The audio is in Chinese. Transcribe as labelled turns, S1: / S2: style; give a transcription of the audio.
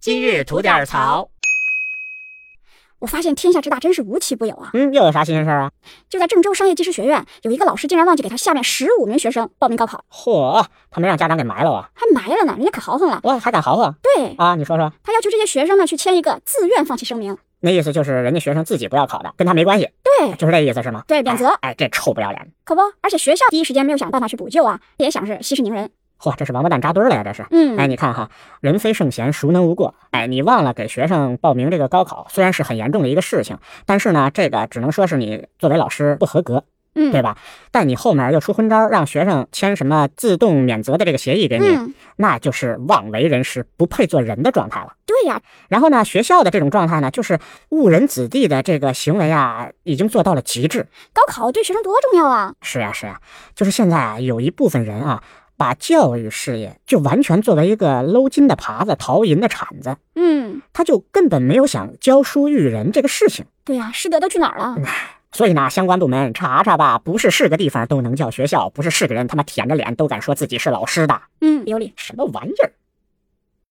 S1: 今日吐点槽。
S2: 我发现天下之大真是无奇不有啊！
S1: 嗯，又有啥新鲜事儿啊？
S2: 就在郑州商业技师学院，有一个老师竟然忘记给他下面十五名学生报名高考，
S1: 嚯，他没让家长给埋了我，
S2: 还埋了呢，人家可豪横了。
S1: 我还敢豪横
S2: 对
S1: 啊？你说说，
S2: 他要求这些学生呢去签一个自愿放弃声明。
S1: 那意思就是人家学生自己不要考的，跟他没关系，
S2: 对
S1: 就是这意思是吗？
S2: 对，免责，
S1: 哎，这臭不要脸！
S2: 可不。而且学校第一时间没有想办法去补救啊，也想是息事宁人。
S1: 嚯，这是王八蛋扎堆儿了呀，这是。哎，
S2: 嗯，
S1: 你看哈，人非圣贤，孰能无过？哎，你忘了给学生报名这个高考，虽然是很严重的一个事情，但是呢，这个只能说是你作为老师不合格，
S2: 嗯
S1: 对吧？但你后面又出昏招，让学生签什么自动免责的这个协议给你，
S2: 嗯，
S1: 那就是妄为人师，不配做人的状态了。
S2: 对呀、
S1: 然后呢，学校的这种状态呢，就是误人子弟的这个行为啊，已经做到了极致。
S2: 高考对学生多重要啊！
S1: 是呀、是呀、就是现在啊，有一部分人啊，把教育事业就完全作为一个搂金的耙子、淘银的铲子，
S2: 嗯，
S1: 他就根本没有想教书育人这个事情。
S2: 对呀、师德都去哪儿了？
S1: 嗯所以呢，相关部门查查吧，不是是个地方都能叫学校，不是是个人他妈舔着脸都敢说自己是老师的，
S2: 嗯，有理。
S1: 什么玩意儿？